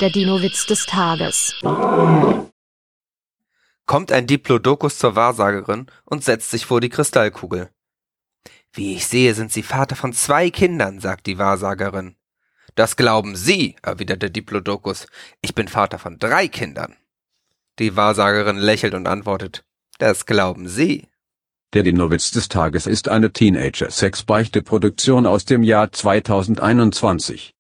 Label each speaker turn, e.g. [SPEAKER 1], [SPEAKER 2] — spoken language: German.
[SPEAKER 1] Der Dino-Witz des Tages.
[SPEAKER 2] Kommt ein Diplodocus zur Wahrsagerin und setzt sich vor die Kristallkugel. Wie ich sehe, sind Sie Vater von zwei Kindern, sagt die Wahrsagerin. Das glauben Sie, erwiderte Diplodocus. Ich bin Vater von drei Kindern. Die Wahrsagerin lächelt und antwortet. Das glauben Sie.
[SPEAKER 3] Der Dinowitz des Tages ist eine Teenager-Sex-Beichte-Produktion aus dem Jahr 2021.